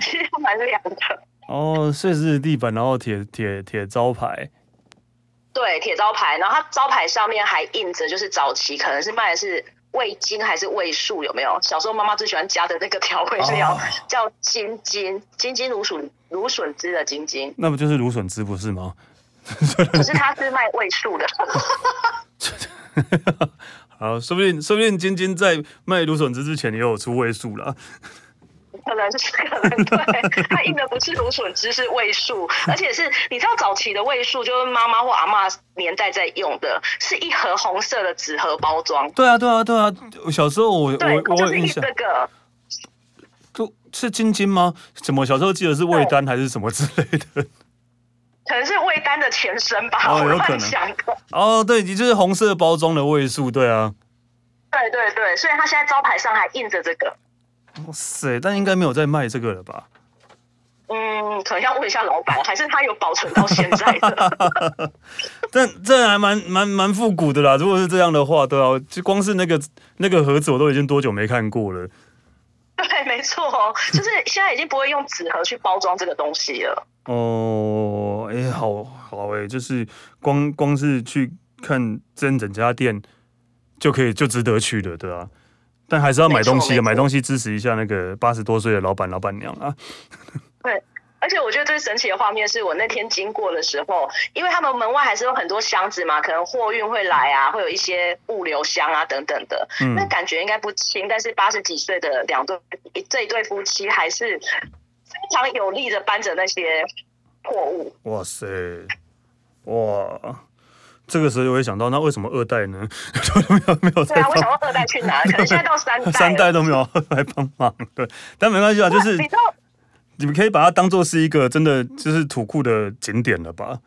B: 其实它蛮凉的。
A: 哦，碎石子地板，然后铁铁铁招牌，
B: 对，铁招牌，然后它招牌上面还印着，就是早期可能是卖的是味精还是味素，有没有？小时候妈妈最喜欢加的那个调味是要
A: 哦
B: (laughs) 叫金金金金芦笋芦笋汁的金金，
A: 那不就是芦笋汁不是吗？ (laughs)
B: 可是它是卖味素的，
A: 好，说不定说不定晶晶在卖芦笋汁之前也有出位数啦。
B: 可能是可能对，它印的不是芦笋汁，是味素，而且是你知道早期的味素就是妈妈或阿嬷年代在用的，是一盒红色的纸盒包装，
A: 对啊对啊对啊，我小时候我
B: 对，
A: 我我
B: 就
A: 有
B: 是
A: 印
B: 印
A: 象
B: 这，个。
A: 就是晶晶吗？怎么小时候记得是味丹还是什么之类的？
B: 可能是味丹的前身吧，
A: 哦
B: 我
A: 有可能
B: 乱想的。
A: 哦，对，就是红色包装的位数，对啊。
B: 对对对，所以他现在招牌上还印着这个，
A: 哇塞，但应该没有在卖这个了吧？
B: 嗯，可能要问一下老板，还是他有保存到现在的？
A: 但这还蛮蛮蛮复古的啦。如果是这样的话，对啊，就光是那个那个盒子，我都已经多久没看过了。
B: 对，没错，哦就是现在已经不会用纸盒去包装这个东西了。
A: 哦，哎、好好哎、就是光光是去看真整家店就可以就值得去的，对啊。但还是要买东西的，
B: 没错
A: 买东西支持一下那个八十多岁的老板老板娘啊。
B: 对，而且我觉得最神奇的画面是我那天经过的时候，因为他们门外还是有很多箱子嘛，可能货运会来啊，会有一些物流箱啊等等的，
A: 嗯
B: 那感觉应该不轻，但是八十几岁的两对这一对夫妻还是非常有力的搬着那些货物。
A: 哇塞，哇，这个时候我也想到，那为什么二代呢？ (laughs) 没有没有
B: 对
A: 在
B: 啊，我想
A: 帮
B: 要二代去
A: (laughs)
B: 哪？可能现在到三代了，
A: 三代都没有来帮忙，对，但没关系啊，就是
B: 你知道，
A: 你们可以把它当做是一个真的就是土库的景点了吧？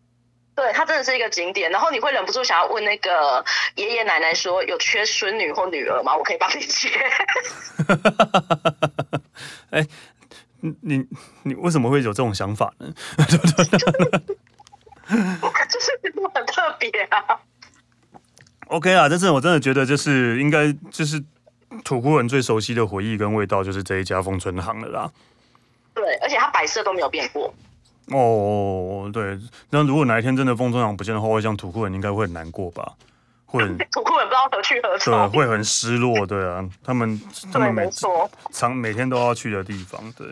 A: (laughs)
B: 对，它真的是一个景点。然后你会忍不住想要问那个爷爷奶奶说，有缺孙女或女儿吗？我可以帮你 (laughs) 接。
A: 你哎你你为什么会有这种想法呢？
B: 就是觉得很特别啊。
A: OK 啊，但是我真的觉得就是应该就是土库人最熟悉的回忆跟味道就是这一家丰春行了啦。
B: 对，而且它摆设都没有变过。
A: 哦，对，那如果哪一天真的风中场不见的话，会像土库人应该会很难过吧？会很
B: 土库人不知道何去何
A: (laughs) 对，
B: 从。
A: 会很失落，对啊，他们他
B: 对，
A: 们
B: 没
A: 每
B: 错，
A: 常每天都要去的地方，对。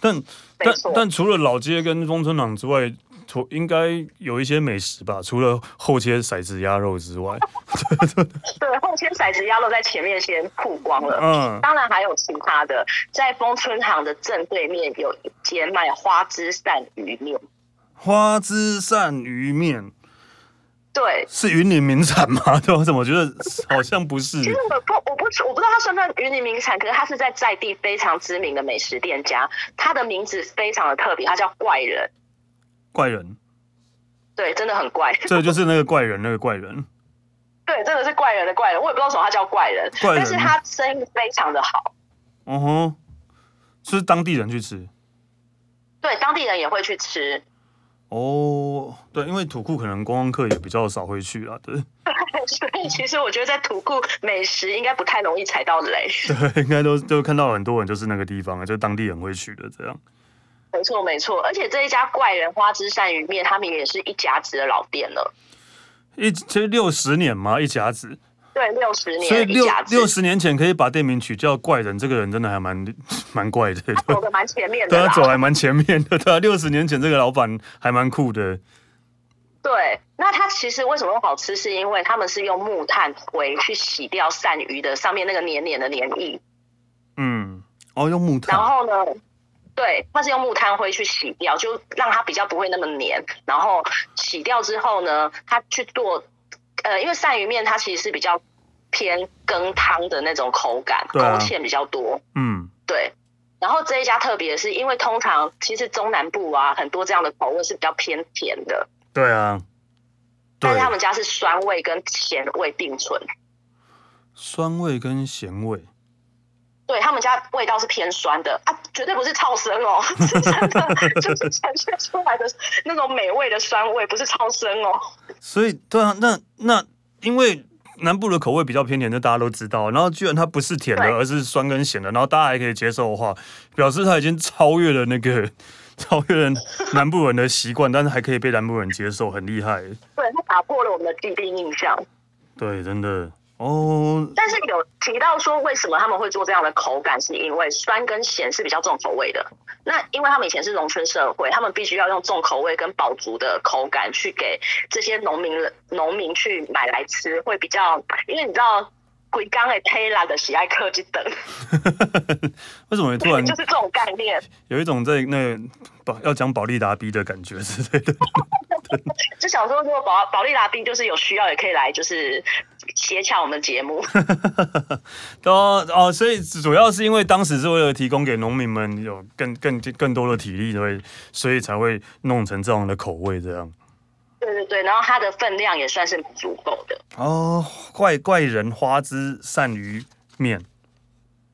A: 但
B: 没
A: 但
B: 错
A: 但除了老街跟风村朗之外，除应该有一些美食吧？除了后街骰子鸭肉之外，
B: 对，后天骰子鸭肉在前面先曝光了。
A: 嗯，
B: 当然还有其他的，在丰春行的正对面有一间卖花枝鳝鱼面，
A: 花枝鳝鱼面
B: 对，
A: 是云林名产吗？ (laughs) 对我怎么觉得好像不是？
B: 其实我不，我不，我不知道他算不算云林名产，可是他是在在地非常知名的美食店家，他的名字非常的特别，他叫怪人，
A: 怪人，
B: 对，真的很怪， (laughs)
A: 这就是那个怪人，那个怪人。
B: 对，真的是怪人的怪人，我也不知道为什么他叫怪人，
A: 怪人
B: 但是他生意非常的好，
A: 哦吼，是当地人去吃
B: 对，当地人也会去吃， (laughs)
A: 哦。对，因为土库可能观光客也比较少会去啊。对，
B: 所以其实我觉得在土库美食应该不太容易踩到雷，
A: 对，应该都都看到很多人就是那个地方啊，就当地人会去的这样。
B: (laughs) 没错没错，而且这一家怪人花枝鳝鱼面，他们也是一家子的老店了，
A: 一其实六十年嘛，一甲子，
B: 对，六十
A: 所以
B: 年一
A: 六
B: 家子，
A: 六十年前可以把店名取叫怪人，这个人真的还蛮 (laughs) 蛮怪的，对
B: 走的蛮前面的
A: 对
B: 啦
A: 他。走还蛮前面的，对啊，六十年前这个老板还蛮酷的，
B: 对，那它其实为什么好吃，是因为他们是用木炭灰去洗掉鳝鱼的上面那个黏黏的黏液，
A: 嗯，哦，用木
B: 然
A: 炭，
B: 后呢，对，它是用木炭灰去洗掉，就让它比较不会那么黏。然后洗掉之后呢，它去做，呃，因为鳝鱼面它其实是比较偏羹汤的那种口感，勾
A: 对啊
B: 芡比较多，
A: 嗯，
B: 对。然后这一家特别是因为通常其实中南部啊很多这样的口味是比较偏甜的，
A: 对啊，
B: 但
A: 对
B: 是，他们家是酸味跟咸味并存，
A: 酸味跟咸味，
B: 对他们家味道是偏酸的啊，绝对不是超生哦， (laughs) 是真的，就是呈现出来的那种美味的酸味，不是超生哦。
A: 所以对啊，那那因为。南部的口味比较偏甜，这大家都知道。然后居然它不是甜的，
B: 对
A: 而是酸跟咸的，然后大家还可以接受的话，表示它已经超越了那个 (laughs) 超越了南部人的习惯，但是还可以被南部人接受，很厉害。
B: 对，它打破了我们的既定印象。
A: 对，真的哦， (laughs)
B: 但是有提到说，为什么他们会做这样的口感，是因为酸跟咸是比较重口味的。那因为他们以前是农村社会，他们必须要用重口味跟饱足的口感去给这些农民人农民去买来吃，会比较，因为你知道。鬼刚的 t a y 的喜爱科技等，
A: 为什么突然
B: 就是这种概念。
A: 有一种在那个保要讲保利达 B 的感觉之类的？
B: 就想说，如果保保利达宾就是有需要，也可以来就是协调我们
A: (laughs)
B: 节目。
A: 哦哦，所以主要是因为当时是为了提供给农民们有更更更多的体力，所以所以才会弄成这样的口味这样。
B: 对对对，然后它的分量也算是蛮足够的。
A: 哦，怪怪人花枝鳝鱼面，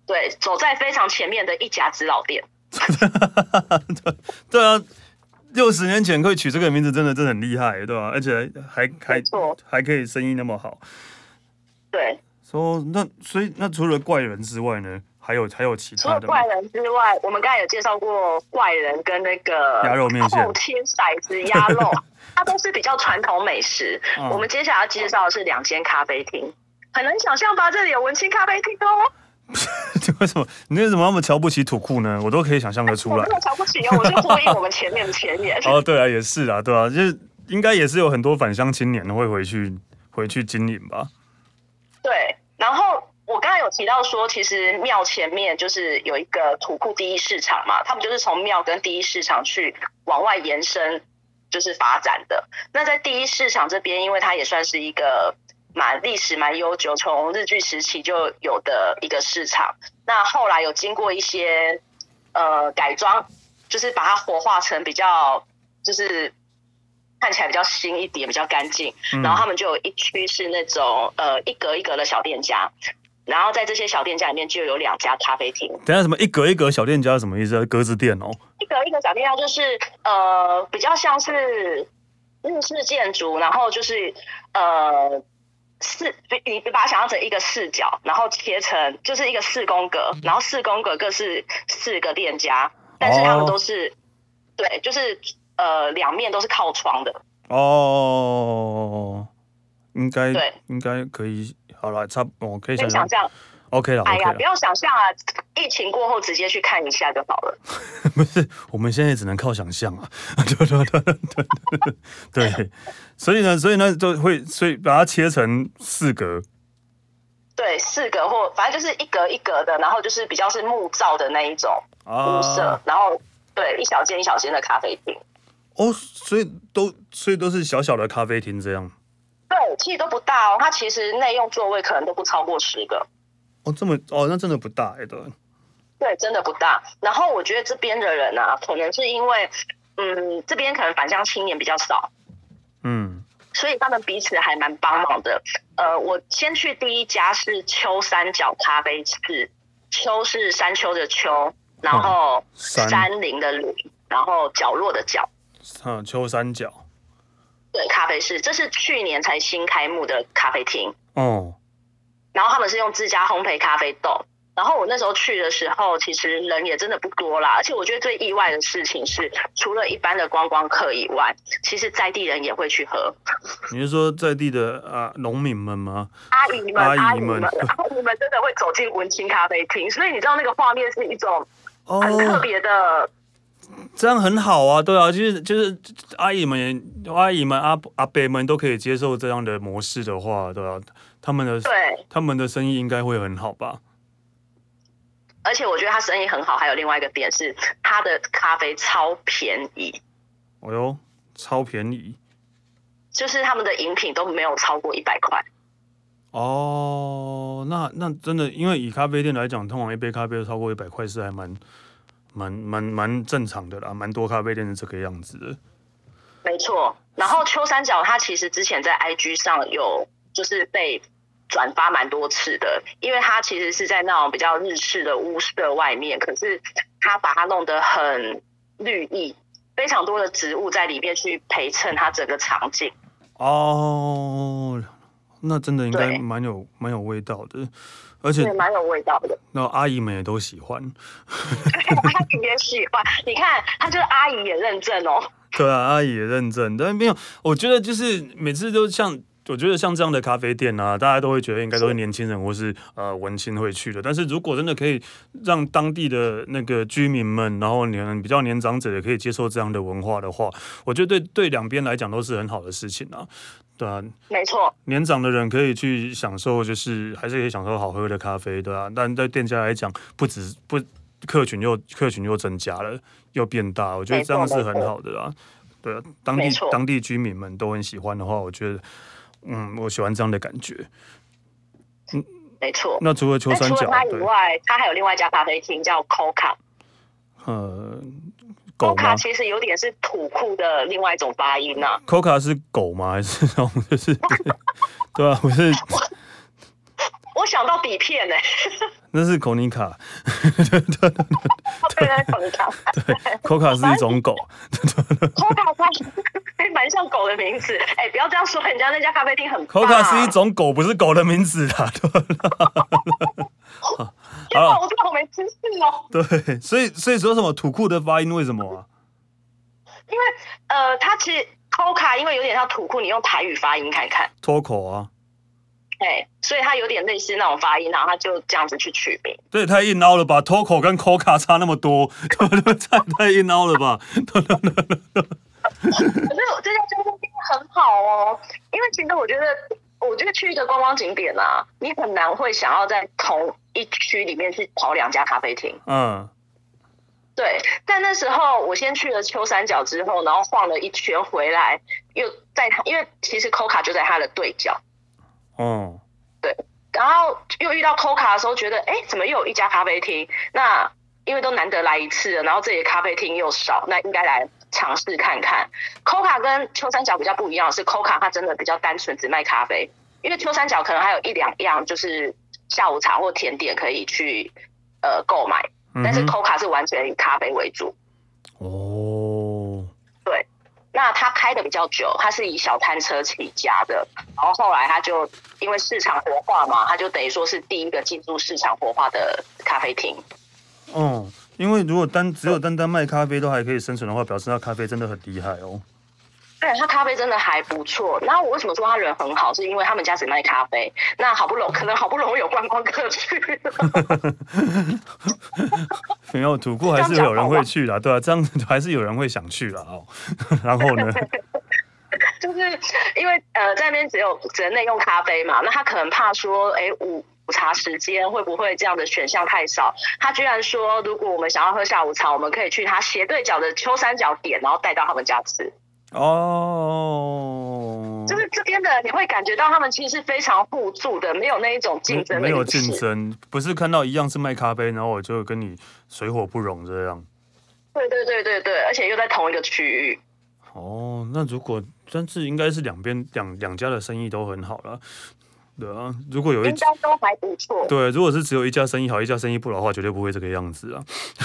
B: 对，走在非常前面的一家子老店。
A: (laughs) 对对啊，六十年前可以取这个名字，真的真的很厉害，对吧、啊而且还还
B: 没错
A: 还可以生意那么好。
B: 对，
A: 说、那所以那除了怪人之外呢，还有还有其
B: 除
A: 他
B: 了
A: 的吗 (laughs)
B: 怪？人之外，我们刚才有介绍过怪人跟那个
A: 鸭肉面线
B: 后切骰子鸭肉，啊
A: (laughs)
B: 它都是比较传统美食。
A: 嗯
B: 我们接下来要介绍的是两间咖啡厅，很难想象吧？这里有文青咖啡厅哦，
A: 为什么你为什么那么瞧不起土库呢？我都可以想象得出
B: (laughs) 我
A: 来
B: 真。的瞧不起哦，我就呼应我们前面的前
A: (laughs)
B: 言。
A: 哦，对啊，也是啊，对啊，就是应该也是有很多返乡青年会回去回去经营吧。
B: 对，然后我刚才有提到说，其实庙前面就是有一个土库第一市场嘛，他们就是从庙跟第一市场去往外延伸，就是发展的。那在第一市场这边，因为它也算是一个蛮历史蛮悠久，从日据时期就有的一个市场，那后来有经过一些呃改装，就是把它活化成比较就是看起来比较新一点，比较干净。
A: 嗯
B: 然后他们就有一区是那种呃一格一格的小店家，然后在这些小店家里面就有两家咖啡厅，
A: 等一下什么一格一格小店家是什么意思啊？格子店哦。
B: 一格一格小店家就是呃比较像是日式建筑，然后就是呃。四，你你把它想象成一个四角，然后切成就是一个四宫格，然后四宫格各是四个店家，但是他们都是、对，就是呃两面都是靠窗的。
A: 哦，应该
B: 对
A: 应该可以，好了，差不我可以
B: 可
A: 想
B: 以
A: 象
B: 想象，
A: ，OK 了
B: 哎
A: ，OK
B: 呀，
A: 了
B: 不，要想象啊！疫情过后直接去看一下就好了。
A: 不是，我们现在只能靠想象啊， (laughs) 对对对对对对对，所以呢，所以呢就会，所以把它切成四格，
B: 对，四格或反正就是一格一格的，然后就是比较是木造的那一种屋舍，
A: 啊，
B: 然后对一小间一小间的咖啡厅。
A: 哦，所以都所以都是小小的咖啡厅这样，
B: 对，其实都不大哦，它其实内用座位可能都不超过十个。
A: 哦，这么哦，那真的不大哎、都
B: 对，真的不大。然后我觉得这边的人啊，可能是因为，嗯，这边可能返乡青年比较少，
A: 嗯，
B: 所以他们彼此还蛮帮忙的。呃，我先去第一家是秋三角咖啡室，秋是山丘的丘，然后
A: 山
B: 山林的林，然后角落的角。
A: 嗯，秋三角，
B: 对，咖啡室，这是去年才新开幕的咖啡厅。
A: 哦，
B: 然后他们是用自家烘焙咖啡豆。然后我那时候去的时候，其实人也真的不多啦。而且我觉得最意外的事情是，除了一般的观光客以外，其实在地人也会去喝。
A: 你是说在地的啊农民们吗？
B: 阿姨们，
A: 阿
B: 阿
A: 姨
B: 姨
A: 们
B: 们，阿姨们真的会走进文青咖啡厅，所以你知道那个画面是一种
A: 哦，
B: 很特别的。
A: 这样很好啊，对啊，就是就是阿姨们、阿姨们、阿伯阿伯们都可以接受这样的模式的话，对啊，他们的
B: 对，
A: 他们的生意应该会很好吧？
B: 而且我觉得他生意很好，还有另外一个点是，他的咖啡超便宜，
A: 哦哟，超便宜
B: 就是他们的饮品都没有超过一百块。
A: 哦，那那真的，因为以咖啡店来讲，通常一杯咖啡超过一百块是还蛮蛮蛮蛮正常的啦，蛮多咖啡店是这个样子的。
B: 没错，然后秋三角它其实之前在 IG 上有就是被转发蛮多次的，因为它其实是在那种比较日式的屋舍外面，可是它把它弄得很绿意，非常多的植物在里面去陪衬它整个场景。
A: 哦，那真的应该
B: 对
A: 蛮有蛮有味道的，而
B: 对，
A: 且
B: 蛮有味道的。
A: 那阿姨们也都喜欢。
B: 阿姨也喜欢，你看，她就是阿姨也认证哦。
A: 对啊， (laughs) 阿姨也认证，但没有，我觉得就是每次都像。我觉得像这样的咖啡店啊，大家都会觉得应该都是年轻人或是呃文青会去的。但是如果真的可以让当地的那个居民们，然后年比较年长者也可以接受这样的文化的话，我觉得对对两边来讲都是很好的事情啊。对啊，
B: 没错，
A: 年长的人可以去享受，就是还是可以享受好喝的咖啡，对啊。但对店家来讲，不止不客群又客群又增加了，又变大，我觉得
B: 没
A: 这
B: 错
A: 样是
B: 没
A: 很
B: 错
A: 好的啦。对啊，当地
B: 没错
A: 当地居民们都很喜欢的话，我觉得，嗯，我喜欢这样的感觉。
B: 没错。
A: 那除了秋
B: 那
A: 三
B: 除了
A: 角
B: 它，以
A: 对，
B: 外，它还有另外一家咖啡厅叫 Coca。
A: 呃，狗吗
B: Coca 其实有点是土库的另外一种发音啊呐、
A: ？Coca 是狗吗？还是那种就是对啊？不是，
B: 我想到底片呢、欸 (laughs)
A: 那是 c o n 卡
B: 被人捧场。
A: (laughs) ，Coca 是一种狗。
B: Coca 它还蛮像狗的名字，哎、不要这样说，人家那家咖啡厅很棒。啊
A: Coca 是一种狗，不是狗的名字啊啦。
B: (laughs)
A: 对吧
B: 天哪，我真的好没知识哦。
A: 对，所以所以说什么土库的发音为什么啊？
B: 因为呃，它其实 Coca 因为有点像土库，你用台语发音看看，
A: 脱口啊，
B: 哎、所以它有点类似那种发音，然后它就这样子去取名。
A: 这也太硬凹了吧！脱口跟 Coca 差那么多，对不对？太太硬凹了吧？
B: 可是我这家咖啡厅很好哦，因为其实我觉得，我觉得去一个观光景点啊，你很难会想要在同一区里面去跑两家咖啡厅。
A: 嗯，
B: 对，但那时候我先去了秋三角之后，然后晃了一圈回来，又在它，因为其实 Coca 就在它的对角，
A: 哦，
B: 然后又遇到 Coca 的时候，觉得哎，诶怎么又有一家咖啡厅？那因为都难得来一次了，然后这里的咖啡厅又少，那应该来尝试看看。Coca 跟秋三角比较不一样，是 Coca 它真的比较单纯只卖咖啡，因为秋三角可能还有一两样就是下午茶或甜点可以去呃购买，
A: 嗯
B: 但是
A: 哼
B: Coca 是完全以咖啡为主。
A: 哦，
B: 那他开的比较久，他是以小摊车起家的，然后后来他就因为市场活化嘛，他就等于说是第一个进驻市场活化的咖啡厅。
A: 哦，因为如果单只有单单卖咖啡都还可以生存的话，表示它咖啡真的很厉害哦。
B: 对，他咖啡真的还不错。然后我为什么说他人很好，是因为他们家只卖咖啡。那好不容可能好不容易有观光客去了，
A: 没有土库还是有人会去啦，对啊，这样子还是有人会想去啦哦。 (laughs) 然后呢，
B: 就是因为呃在那边只有只能内用咖啡嘛，那他可能怕说，哎午。午茶时间会不会这样的选项太少？他居然说，如果我们想要喝下午茶，我们可以去他斜对角的秋山角点，然后带到他们家吃。
A: 哦，
B: 就是这边的，你会感觉到他们其实是非常互助的，没有那一种竞争的
A: 没有
B: 意识
A: 竞争，不是看到一样是卖咖啡，然后我就跟你水火不容这样。
B: 对对对对对，而且又在同一个区域。
A: 哦，那如果但是应该是两边两两家的生意都很好了，对啊，如果有一
B: 应该都还不错。
A: 对，啊如果是只有一家生意好，一家生意不好的话，绝对不会这个样子啊。 (laughs)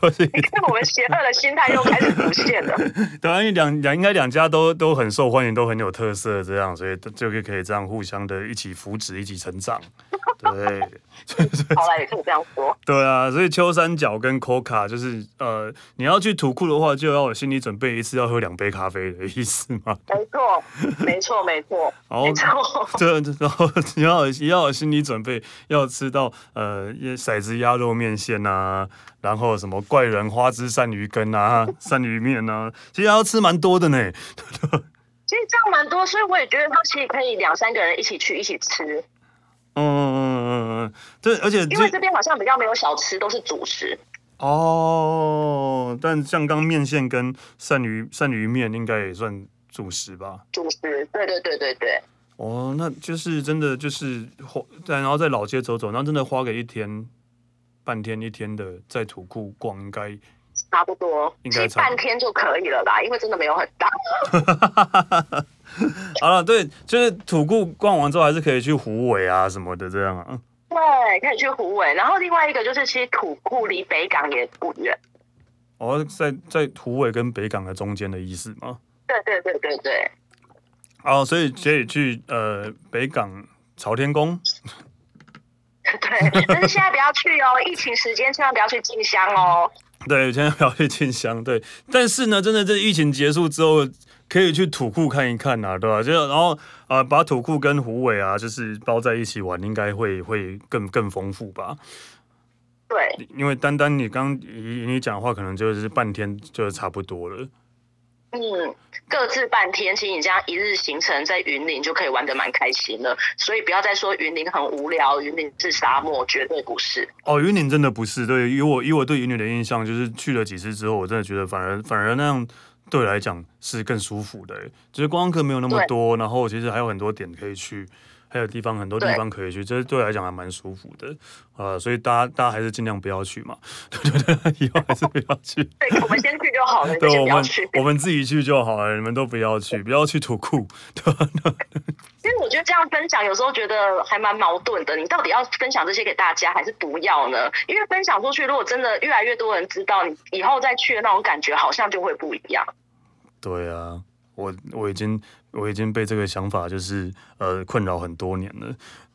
A: 对， (laughs) 所以
B: 你看我们邪恶的心态又开始浮
A: (laughs)
B: 现了。
A: 当然啊两两应该两家都都很受欢迎，都很有特色，这样，所以就可以可以这样互相的一起扶持，一起成长。对，
B: 好了，也可以这样说。
A: 对啊，所以秋山角跟 Coca 就是呃，你要去土库的话，就要有心理准备，一次要喝两杯咖啡的意思嘛。 (laughs)
B: 没错，没错，没错，
A: 哦
B: 没错。
A: 对，然后你要有要有心理准备，要吃到呃骰子鸭肉面线啊，然后什么怪人花枝鳝鱼羹啊、 (laughs) 鳝鱼面啊，其实还要吃蛮多的呢。
B: 其实这样蛮多，所以我也觉得他其实可以两三个人一起去一起吃，
A: 嗯嗯嗯嗯嗯，对，而且
B: 因为这边好像比较没有小吃，都是主食。
A: 哦，但像刚面线跟鳝鱼鳝鱼面应该也算主食吧？
B: 主食，对对对对对，
A: 哦，那就是真的就是花，然后在老街走走，然后真的花个一天、半天、一天的在土库逛，应该 (laughs)
B: 差不多，
A: 应
B: 其
A: 该
B: 实
A: 差不多
B: 半天就可以了啦，因为真的没有很大。
A: 好了，对，就是土库逛完之后，还是可以去湖尾啊什么的这样啊。嗯
B: 对，可以去虎尾。然后另外一个就是，其实土库离北港也不远。
A: 哦，在在湖尾跟北港的中间的意思吗？
B: 对对对对对， (laughs)
A: 哦，所以可以去呃北港朝天宫。
B: 对，但是现在不要去哦，疫情时间千万不要去进香哦。
A: 对，现在不要去进香。对，但是呢，真的这疫情结束之后，可以去土库看一看呐、啊，对吧、就然后啊、呃把土库跟湖尾啊，就是包在一起玩，应该会会更更丰富吧。
B: 对
A: 因为单单你刚以以你讲的话，可能就是半天就差不多了。
B: 嗯，各自半天，其实你这样一日行程在云林就可以玩得蛮开心的，所以不要再说云林很无聊，云林是沙漠，绝对不是。
A: 哦，云林真的不是对，以我以我对云林的印象，就是去了几次之后，我真的觉得反而反而那样对我来讲是更舒服的，欸就是观光客没有那么
B: 对
A: 多，然后其实还有很多点可以去，还有地方很多地
B: 对
A: 方可以去，这对我来讲还蛮舒服的，呃，所以大家大家还是尽量不要去嘛，对对对， (laughs) 以后还是不要
B: (laughs)
A: 去，
B: 对，我们先去就
A: (laughs)
B: 好了，你们
A: 对
B: 先
A: 我
B: 不要
A: 们
B: 去。
A: 我们自己去就好了，你们都不要去，不要去土库，对吧？
B: 因为我觉得这样分享有时候觉得还蛮矛盾的，你到底要分享这些给大家，还是不要呢？因为分享出去，如果真的越来越多人知道，你以后再去的那种感觉好像就会不一样。
A: 对啊，我我已经我已经被这个想法就是呃困扰很多年了，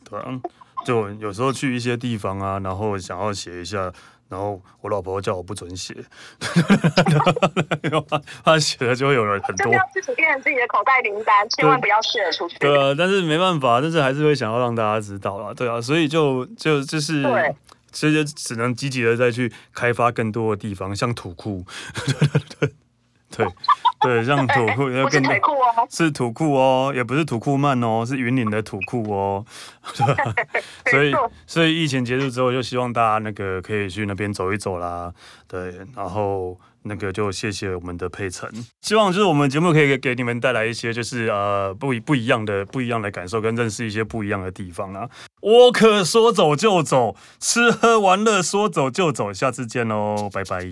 A: 对啊，就有时候去一些地方啊，然后想要写一下，然后我老婆叫我不准写， (laughs) 她写了就会有人很
B: 就
A: 多
B: 是。要自己变成自己的口袋名单，千万不要泄了出去。
A: 对啊，但是没办法，但是还是会想要让大家知道啦，对啊，所以就就就是
B: 对，
A: 所以就只能积极的再去开发更多的地方，像土库， (laughs) 对对对，像土库要
B: 哎 (laughs) 不是
A: 更多
B: 腿。裤哦，
A: 是土库哦，也不是土库曼哦，是云岭的土库
B: (laughs)
A: 哦，所
B: 没
A: 以
B: 错，
A: 所以疫情结束之后，就希望大家那个可以去那边走一走啦，对，然后那个就谢谢我们的佩晨，希望就是我们节目可以给给你们带来一些就是呃不一不一样的不一样的感受，跟认识一些不一样的地方啊。我哦可说走就走，吃喝玩乐说走就走，下次见喽，拜拜。